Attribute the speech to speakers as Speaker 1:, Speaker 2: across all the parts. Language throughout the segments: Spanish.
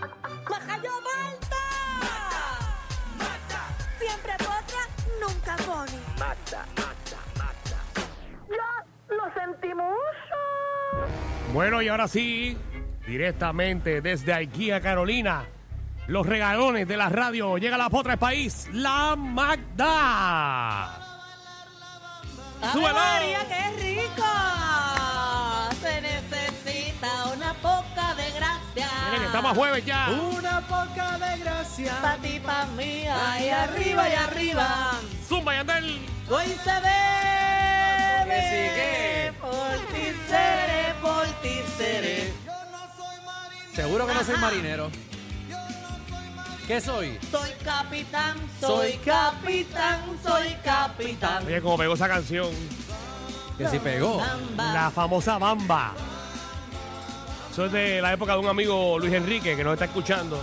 Speaker 1: ¡Majayo Malta! ¡Mata! ¡Mata! Siempre potra, nunca pone. ¡Mata! ¡Mata! ¡Mata! ¡Ya lo sentimos!
Speaker 2: Bueno, y ahora sí, directamente desde Ikea, Carolina, los regalones de la radio. Llega la potra del país, la Magda.
Speaker 3: ¡Ave
Speaker 2: ¡Súbelo!
Speaker 3: ¡Ah, María, qué rico! Se necesita una poca de gracia.
Speaker 2: Miren, que estamos a jueves ya.
Speaker 3: Uh.
Speaker 4: Una poca de gracia.
Speaker 3: Pa' ti, pa' mí, ahí arriba y arriba.
Speaker 2: Zumba, Yandel.
Speaker 3: Hoy se ve.
Speaker 4: Porque sí que-
Speaker 3: Por ti seré, por ti seré.
Speaker 4: Seguro que no soy marinero. ¿Qué soy?
Speaker 3: Soy capitán, soy capitán, soy capitán.
Speaker 2: Oye, como pegó esa canción,
Speaker 4: Que si pegó.
Speaker 2: la
Speaker 3: Bamba.
Speaker 2: famosa Bamba. Eso es de la época de un amigo Luis Enrique que nos está escuchando.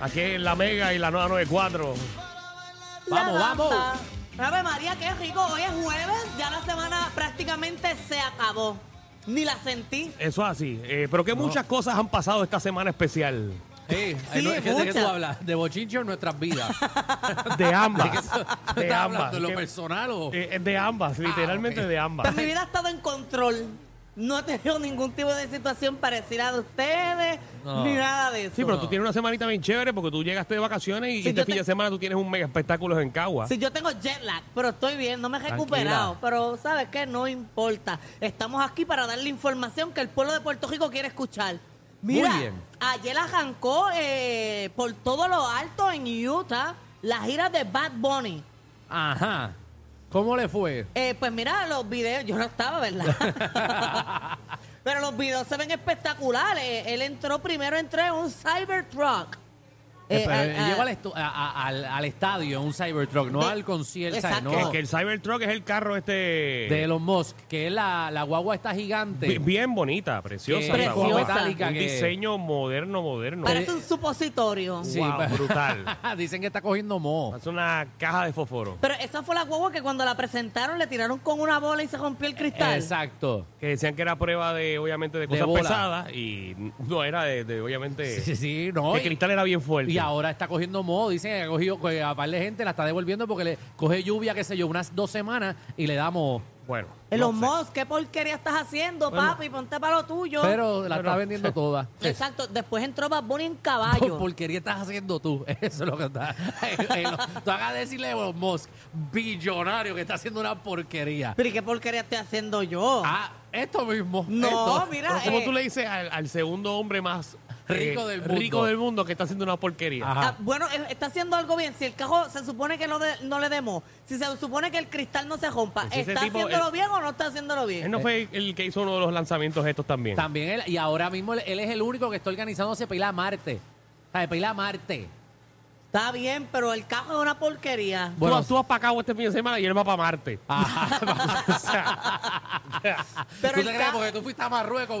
Speaker 2: Aquí en La Mega y la 994.
Speaker 3: La
Speaker 4: Vamos, vamos.
Speaker 3: bamba. Ave María, qué rico. Hoy es jueves, ya la semana prácticamente se acabó. Ni la sentí.
Speaker 2: Eso es así. Eh, pero que muchas cosas han pasado esta semana especial.
Speaker 4: Sí,
Speaker 3: Sí,
Speaker 4: no, es que de qué tú
Speaker 3: mucha.
Speaker 4: hablas, de bochinche o nuestras vidas.
Speaker 2: De
Speaker 4: ¿Qué
Speaker 2: ambas.
Speaker 4: tú- tú
Speaker 2: De
Speaker 4: estás hablando
Speaker 2: ambas.
Speaker 4: de lo
Speaker 2: Que-
Speaker 4: personal o
Speaker 2: Eh, eh, de ambas, literalmente
Speaker 4: ok.
Speaker 2: de
Speaker 3: Pues
Speaker 2: ambas.
Speaker 3: mi vida ha estado en control. No he tenido ningún tipo de situación parecida a ustedes,
Speaker 4: No.
Speaker 3: ni nada de eso.
Speaker 2: Sí, pero tú tienes una semanita bien chévere porque tú llegaste de vacaciones y
Speaker 3: Sí,
Speaker 2: este
Speaker 3: yo
Speaker 2: fin
Speaker 3: te-
Speaker 2: de semana tú tienes un mega espectáculo en Cagua.
Speaker 3: Sí, yo tengo jet lag, pero estoy bien, no me he recuperado.
Speaker 4: Tranquila.
Speaker 3: Pero, ¿sabes qué? No importa. Estamos aquí para darle información que el pueblo de Puerto Rico quiere escuchar. Mira,
Speaker 4: Muy bien.
Speaker 3: ayer arrancó eh, por todo lo alto en Utah la gira de Bad Bunny.
Speaker 4: Ajá. ¿Cómo le fue?
Speaker 3: Eh, pues mira, los videos, yo no estaba, ¿verdad? Pero los videos se ven espectaculares. Eh, Él entró primero, entró en un Cybertruck.
Speaker 4: Eh, pero
Speaker 3: al-
Speaker 4: él
Speaker 3: al-
Speaker 4: llegó al, estu- a- a- al- al estadio, un Cybertruck, no
Speaker 3: ah, De-
Speaker 4: al concierto, ¿sabes?
Speaker 3: Exacto.
Speaker 2: Es
Speaker 4: no.
Speaker 2: que el Cybertruck es el carro este
Speaker 4: De Elon Musk, que es la, la guagua está gigante.
Speaker 2: bi- bien bonita, preciosa.
Speaker 4: Que-
Speaker 2: la guagua.
Speaker 3: Preciosa.
Speaker 2: Un
Speaker 4: que-
Speaker 2: diseño moderno, moderno.
Speaker 3: Parece
Speaker 4: Eh,
Speaker 3: un supositorio.
Speaker 4: Sí,
Speaker 2: Wow,
Speaker 4: pero-
Speaker 2: brutal.
Speaker 4: Dicen que está cogiendo mo.
Speaker 2: Es una caja de fósforo.
Speaker 3: Pero esa fue la guagua que cuando la presentaron le tiraron con una bola y se rompió el cristal.
Speaker 4: Exacto.
Speaker 2: Que decían que era prueba de, obviamente, de cosas
Speaker 4: bola.
Speaker 2: pesadas y no era de, de, obviamente,
Speaker 4: Sí, sí, sí, no.
Speaker 2: el
Speaker 4: y-
Speaker 2: cristal era bien fuerte.
Speaker 4: Y ahora está cogiendo modo, dicen que ha cogido, que a par de gente la está devolviendo porque le coge lluvia, qué sé yo, unas dos semanas y le damos.
Speaker 2: Bueno.
Speaker 3: Elon
Speaker 2: no sé.
Speaker 3: Musk, ¿qué porquería estás haciendo,
Speaker 2: Bueno.
Speaker 3: papi? Ponte para lo tuyo.
Speaker 4: Pero la está
Speaker 2: Pero-
Speaker 4: vendiendo toda.
Speaker 3: Exacto. Después entró Bad Bunny en
Speaker 4: ¿Por
Speaker 3: caballo.
Speaker 4: porquería estás haciendo tú? Eso es lo que está. Eh, lo- tú hagas decirle a Elon Musk, billonario, que está haciendo una porquería.
Speaker 3: Pero ¿y qué porquería estoy haciendo yo?
Speaker 4: Ah, esto mismo.
Speaker 3: No,
Speaker 4: esto.
Speaker 3: mira,
Speaker 2: Pero ¿Cómo
Speaker 3: eh,
Speaker 2: tú le dices al, al segundo hombre más eh,
Speaker 4: Rico del mundo.
Speaker 2: rico del mundo que está haciendo una porquería?
Speaker 4: Ajá.
Speaker 3: Ah, bueno, eh, está haciendo algo bien. Si el cajo se supone que no, de- no le demos, si se supone que el cristal no se rompa,
Speaker 2: Pues ese
Speaker 3: ¿está
Speaker 2: tipo,
Speaker 3: haciéndolo
Speaker 2: eh,
Speaker 3: bien o no está haciéndolo
Speaker 4: Eh,
Speaker 2: Él
Speaker 3: bien?
Speaker 2: no fue el que hizo uno de los lanzamientos estos también.
Speaker 4: También él, y ahora mismo él, él es el único que está organizándose para ir a Marte. O sea, para ir a Marte.
Speaker 3: Está bien, pero el cajo es una porquería.
Speaker 2: Tú-
Speaker 4: Bueno, Ah,
Speaker 2: tú, vas para Cabo este fin de semana y él va para Marte. O sea,
Speaker 3: Pero
Speaker 4: tú
Speaker 3: el
Speaker 4: te crees
Speaker 3: ca-
Speaker 4: porque tú fuiste a Marruecos,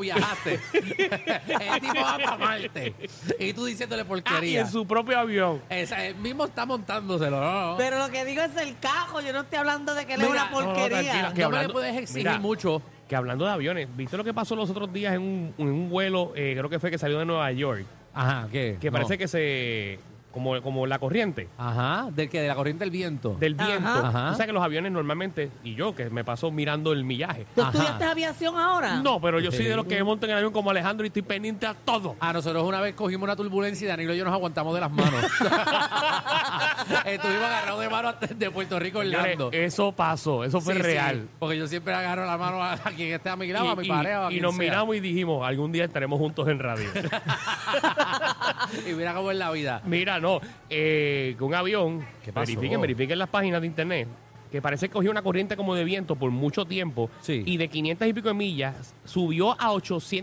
Speaker 4: viajaste. el tipo va para Marte. Y tú diciéndole
Speaker 2: ah, y
Speaker 4: porquería.
Speaker 2: en su propio avión.
Speaker 4: Esa- el mismo está montándoselo. No, no.
Speaker 3: Pero lo que digo es el cajo, yo no estoy hablando de que él es
Speaker 4: Mira,
Speaker 3: una
Speaker 4: no, no,
Speaker 3: porquería.
Speaker 2: tranquila, que
Speaker 4: No me le
Speaker 2: hablando-
Speaker 4: puedes exigir
Speaker 2: Mira.
Speaker 4: mucho.
Speaker 2: Que hablando de aviones, ¿viste lo que pasó los otros días en un, en un vuelo, eh, creo que fue que salió de Nueva York?
Speaker 4: Ajá, ¿qué?
Speaker 2: Que
Speaker 4: No.
Speaker 2: parece que se... Como, como la corriente
Speaker 4: Ajá, del que de la corriente del viento.
Speaker 2: del viento.
Speaker 3: Ajá.
Speaker 4: Ajá.
Speaker 2: O sea que los aviones normalmente, y yo que me paso mirando el millaje.
Speaker 3: ¿Tú
Speaker 4: Ajá.
Speaker 3: estudiaste aviación ahora?
Speaker 4: Ah.
Speaker 2: No, pero yo soy de los que me montan en avión como Alejandro y estoy pendiente a todo.
Speaker 4: A Ah, nosotros una vez cogimos una turbulencia y Danilo y yo nos aguantamos de las manos. Estuvimos agarrados de mano antes de Puerto Rico a
Speaker 2: Señores,
Speaker 4: Orlando.
Speaker 2: Eso pasó, eso fue
Speaker 4: Sí, sí,
Speaker 2: real.
Speaker 4: porque yo siempre agarro la mano a, a quien esté a mi lado, a mi
Speaker 2: Y- y-
Speaker 4: pareja. o a
Speaker 2: y
Speaker 4: quien
Speaker 2: nos
Speaker 4: sea.
Speaker 2: miramos y dijimos, algún día estaremos juntos en radio.
Speaker 4: y mira cómo es la vida.
Speaker 2: Mira, no, eh, que un avión,
Speaker 4: ¿Qué pasó?
Speaker 2: verifiquen, verifiquen las páginas de internet, que parece que cogió una corriente como de viento por mucho tiempo
Speaker 4: Sí.
Speaker 2: y de 500 y pico de millas subió a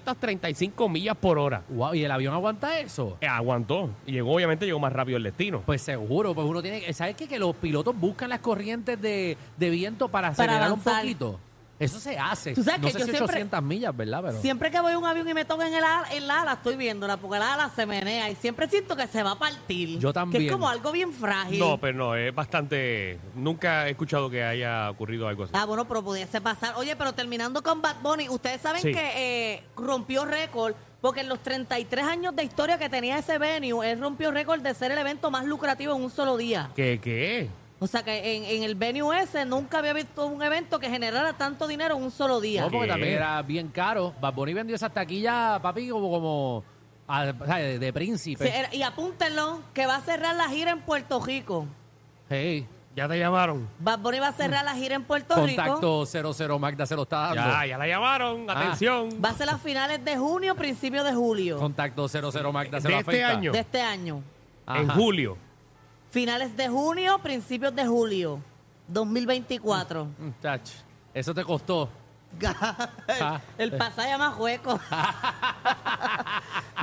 Speaker 2: 835 millas por hora.
Speaker 4: Guau, ¿Y el avión aguanta eso?
Speaker 2: Eh, aguantó y llegó, obviamente, llegó más rápido el destino.
Speaker 4: Pues seguro, pues uno tiene que... ¿Sabes qué? Que los pilotos buscan las corrientes de, de viento para
Speaker 3: Para
Speaker 4: acelerar un
Speaker 3: avanzar.
Speaker 4: poquito. Eso se hace.
Speaker 3: Tú sabes
Speaker 4: no
Speaker 3: que
Speaker 4: sé
Speaker 3: yo
Speaker 4: si
Speaker 3: siempre-
Speaker 4: 800 millas, ¿verdad? Pero...
Speaker 3: Siempre que voy a un avión y me toca en el ala, en la ala, estoy viéndola, porque el ala se menea y siempre siento que se va a partir.
Speaker 4: Yo también.
Speaker 3: Que es como algo bien frágil.
Speaker 2: No, pero no, es bastante. Nunca he escuchado que haya ocurrido algo así.
Speaker 3: Ah, bueno, pero pudiese pasar. Oye, pero terminando con Bad Bunny, ustedes saben
Speaker 2: Sí.
Speaker 3: que eh, rompió récord, porque en los 33 años de historia que tenía ese venue, él rompió récord de ser el evento más lucrativo en un solo día.
Speaker 2: ¿Qué? ¿Qué?
Speaker 3: O sea que en, en el venue ese nunca había visto un evento que generara tanto dinero en un solo día.
Speaker 4: No, porque
Speaker 2: ¿Qué?
Speaker 4: también era bien caro. Bad Bunny vendió esas taquillas, papi, como, como a- ¿sabes? de, de príncipe.
Speaker 3: Sí, era- y apúntenlo, que va a cerrar la gira en Puerto Rico.
Speaker 4: Hey,
Speaker 2: ¿Ya te llamaron?
Speaker 3: Bad Bunny va a cerrar la gira en Puerto Rico.
Speaker 4: contacto 00 Magda se lo está dando.
Speaker 2: Ya, ya la llamaron.
Speaker 4: Ah.
Speaker 2: Atención.
Speaker 3: Va a ser las finales de junio, principios de julio
Speaker 4: Contacto 00 Magda se
Speaker 2: De
Speaker 4: lo
Speaker 2: este
Speaker 4: afecta.
Speaker 2: año.
Speaker 3: de este año.
Speaker 4: Ajá.
Speaker 2: En julio.
Speaker 3: Finales de junio, principios de julio 2024.
Speaker 4: Mm, chach, eso te costó. Ah.
Speaker 3: El pasaje más hueco.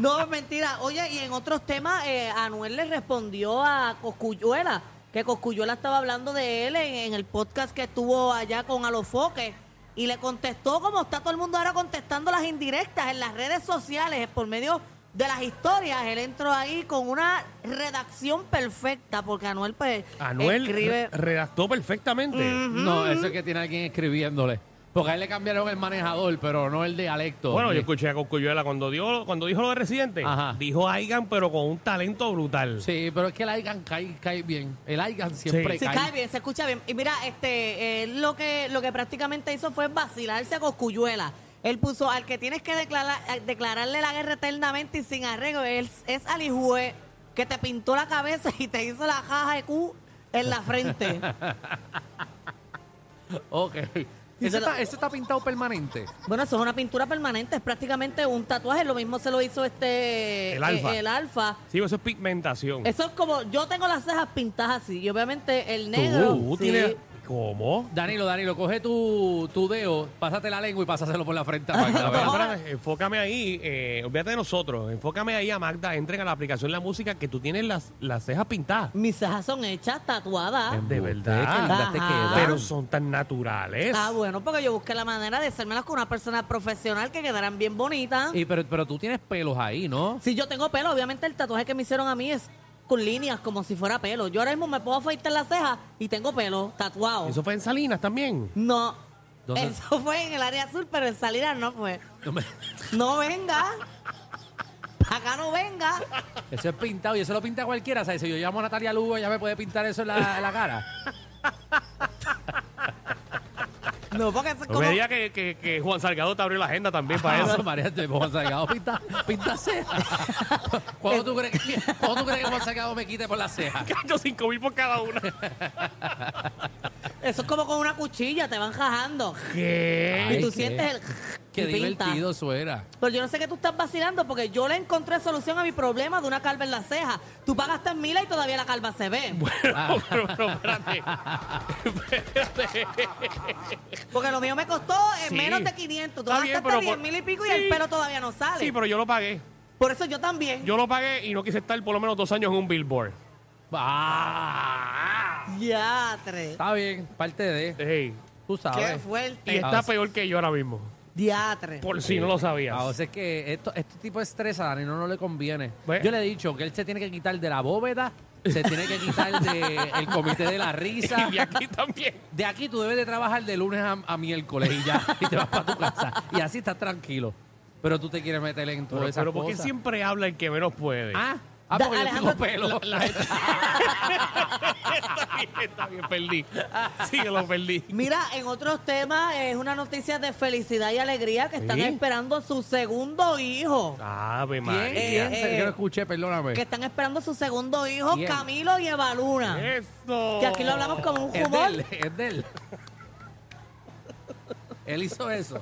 Speaker 3: no, es mentira. Oye, y en otros temas, eh, Anuel le respondió a Coscuyuela, que Coscuyuela estaba hablando de él en, en el podcast que estuvo allá con Alofoque. Y le contestó como está todo el mundo ahora contestando las indirectas en las redes sociales, eh, por medio de las historias. Él entró ahí con una redacción perfecta, porque Anuel, pues,
Speaker 2: Anuel
Speaker 3: escribe... Mm.
Speaker 2: re- redactó perfectamente.
Speaker 4: No, eso es que tiene alguien escribiéndole. Porque a él le cambiaron el manejador, pero no el dialecto.
Speaker 2: Bueno, yo
Speaker 4: Ni-
Speaker 2: escuché a Coscuyuela cuando dio, cuando dijo lo de Residente,
Speaker 4: Ajá.
Speaker 2: dijo Aigan, pero con un talento brutal.
Speaker 4: Sí, pero es que el Aigan cae, cae bien. El Aigan siempre
Speaker 2: Sí.
Speaker 3: Se
Speaker 4: cae.
Speaker 3: cae bien, se escucha bien. Y mira, este, él lo que lo que prácticamente hizo fue vacilarse con Cuyuela. Él puso al que tienes que declarar, eh, declararle la guerra eternamente y sin arreglo. Él es Alijue que te pintó la cabeza y te hizo la jaja de Q en la frente.
Speaker 4: Ok.
Speaker 3: Y
Speaker 4: Eso
Speaker 3: se lo-
Speaker 4: está, eso está pintado permanente.
Speaker 3: bueno, eso es una pintura permanente, es prácticamente un tatuaje. Lo mismo se lo hizo este
Speaker 2: El Alfa.
Speaker 3: eh, el alfa.
Speaker 2: Sí, eso es pigmentación.
Speaker 3: Eso es como, yo tengo las cejas pintadas así, y obviamente el negro.
Speaker 2: Tú
Speaker 3: sí.
Speaker 2: tienes- ¿Cómo?
Speaker 4: Danilo, Danilo, coge tu, tu dedo, pásate la lengua y pásaselo por la frente a Magda.
Speaker 2: A ver,
Speaker 4: ¿verdad?
Speaker 2: espérame, enfócame ahí, eh, olvídate de nosotros, enfócame ahí a Magda, entren a la aplicación La Música que tú tienes las, las cejas pintadas.
Speaker 3: Mis cejas son hechas, tatuadas.
Speaker 2: De verdad.
Speaker 4: linda
Speaker 3: Ah.
Speaker 4: te
Speaker 3: Ajá.
Speaker 4: quedas.
Speaker 2: Pero son tan naturales.
Speaker 3: Ah, bueno, porque yo busqué la manera de hacérmelas con una persona profesional que quedaran bien bonitas.
Speaker 4: Y pero, pero tú tienes pelos ahí, ¿no?
Speaker 3: Si yo tengo pelo, obviamente el tatuaje que me hicieron a mí es con líneas como si fuera pelo. Yo ahora mismo me puedo afeitar la ceja y tengo pelo tatuado.
Speaker 2: Eso fue en Salinas también.
Speaker 3: No.
Speaker 4: ¿Dónde?
Speaker 3: Eso fue en el área azul, pero en salida no fue.
Speaker 4: No me-
Speaker 3: No venga. Acá no venga.
Speaker 4: Eso es pintado y eso lo pinta cualquiera. ¿sabes? Si yo llamo a Natalia Lugo, ella me puede pintar eso en la, en la cara.
Speaker 3: No, porque eso es
Speaker 2: No
Speaker 3: como.
Speaker 2: me diga que, que- que Juan Salgado te abrió la agenda también para
Speaker 4: Ave
Speaker 3: Ah.
Speaker 2: eso.
Speaker 4: María, este Juan Salgado pinta, pinta ceja. ¿Cuándo tú, crees que, cuándo tú crees que Juan Salgado me quite por la ceja?
Speaker 2: Yo cinco mil por cada una.
Speaker 3: Eso es como con una cuchilla, te van jajando.
Speaker 2: ¿Qué?
Speaker 4: Ay,
Speaker 3: y tú
Speaker 4: qué-
Speaker 3: sientes el.
Speaker 4: Qué
Speaker 3: y pinta.
Speaker 4: divertido suena.
Speaker 3: Pero yo no sé qué tú estás vacilando porque yo le encontré solución a mi problema de una calva en la ceja. Tú pagas 3 mil y todavía la calva se ve.
Speaker 4: Ah,
Speaker 2: Pero, pero, espérate.
Speaker 3: Porque lo mío me costó eh,
Speaker 2: Sí.
Speaker 3: menos de 500. Tú
Speaker 2: Está
Speaker 3: gastaste
Speaker 2: bien, pero
Speaker 3: 10
Speaker 2: por-
Speaker 3: mil y pico y
Speaker 2: Sí.
Speaker 3: el pelo todavía no sale.
Speaker 2: Sí, pero yo lo pagué.
Speaker 3: Por eso yo también.
Speaker 2: Yo lo pagué y no quise estar por lo menos dos años en un billboard.
Speaker 4: ah,
Speaker 3: Ya, tres.
Speaker 4: está bien, parte de.
Speaker 2: Ey,
Speaker 4: Tú
Speaker 3: Qué
Speaker 4: sabes.
Speaker 2: Y
Speaker 3: fuerte.
Speaker 2: está peor que yo ahora mismo.
Speaker 3: Diatre.
Speaker 2: Por si no lo sabías.
Speaker 4: Ah, o sea, es que esto, este tipo de estrés a Dani no, no le conviene.
Speaker 2: Bueno.
Speaker 4: Yo le he dicho que él se tiene que quitar de la bóveda, se tiene que quitar del comité de la risa.
Speaker 2: Y aquí también.
Speaker 4: De aquí tú debes de trabajar de lunes a, a miércoles y ya, y te vas para tu casa. Y así estás tranquilo. Pero tú te quieres meter en todo
Speaker 2: Pero,
Speaker 4: esas
Speaker 2: pero ¿por qué
Speaker 4: cosas.
Speaker 2: siempre habla el que menos puede?
Speaker 4: Ah, ah,
Speaker 3: Da-
Speaker 4: porque
Speaker 3: Alejandro-
Speaker 4: yo tengo pelo.
Speaker 2: está bien, está bien, perdí. Sí, que lo perdí.
Speaker 3: Mira, en otros temas es una noticia de felicidad y alegría que están
Speaker 2: Sí.
Speaker 3: esperando su segundo hijo.
Speaker 2: Ave
Speaker 4: ¿Quién?
Speaker 2: María.
Speaker 4: ¿Quién?
Speaker 3: eh,
Speaker 4: Yo lo escuché, perdóname.
Speaker 3: Que están esperando su segundo hijo,
Speaker 4: Bien.
Speaker 3: Camilo y Evaluna.
Speaker 2: Eso.
Speaker 3: Que aquí lo hablamos como un
Speaker 4: Es de
Speaker 3: humor.
Speaker 4: él, es de él. Él hizo eso.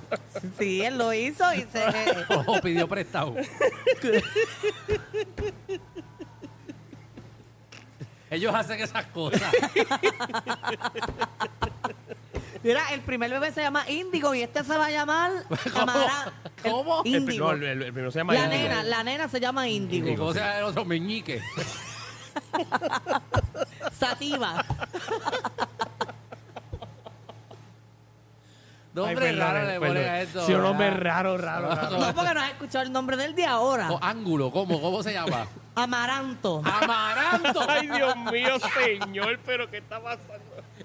Speaker 3: Sí, él lo hizo y se. eh,
Speaker 4: O pidió prestado. Ellos hacen esas cosas.
Speaker 3: Mira, el primer bebé se llama Índigo y este se va a llamar. llamará- el-
Speaker 4: ¿Cómo?
Speaker 2: El pri-
Speaker 3: Índigo.
Speaker 2: no, el, el- el primero se llama
Speaker 3: La
Speaker 2: Índigo.
Speaker 3: nena, la nena se llama
Speaker 4: ¿Y
Speaker 3: Índigo.
Speaker 4: cómo se llama el otro meñique?
Speaker 3: Sativa.
Speaker 4: No,
Speaker 2: Ay, pues,
Speaker 4: hombre,
Speaker 2: perdón,
Speaker 4: raro le
Speaker 2: perdón.
Speaker 4: ponen a esto.
Speaker 2: Sí, un hombre
Speaker 4: ¿verdad?
Speaker 2: raro, raro, raro.
Speaker 3: No, porque no has escuchado el nombre del día ahora.
Speaker 2: Oh.
Speaker 4: O ángulo, ¿cómo? ¿Cómo se llama?
Speaker 3: Amaranto.
Speaker 4: Amaranto.
Speaker 2: Ay, Dios mío, señor, pero ¿qué está pasando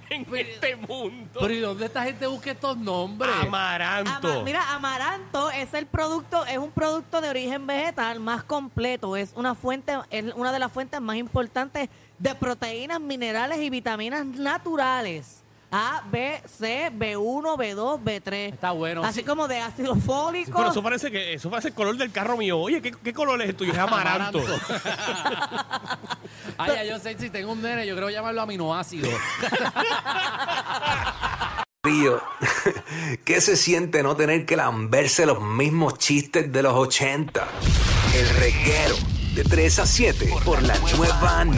Speaker 2: en
Speaker 4: Pero-
Speaker 2: este mundo?
Speaker 4: Pero ¿y dónde esta gente busca estos nombres?
Speaker 2: Amaranto.
Speaker 3: Ama- mira, amaranto es el producto, es un producto de origen vegetal más completo, es una fuente, es una de las fuentes más importantes de proteínas, minerales y vitaminas naturales. A, B, C, B1, B2, B3.
Speaker 4: Está bueno.
Speaker 3: Así
Speaker 4: Sí.
Speaker 3: como de ácido
Speaker 2: Sí,
Speaker 3: fólico.
Speaker 2: pero eso parece que eso parece el color del carro mío. Oye, ¿qué, qué color es el tuyo? Es amaranto.
Speaker 4: Ay, ya yo sé si tengo un nene, yo creo llamarlo aminoácido.
Speaker 5: Río. ¿Qué se siente no tener que lamberse los mismos chistes de los 80? El reguero de 3 a 7 por la nueva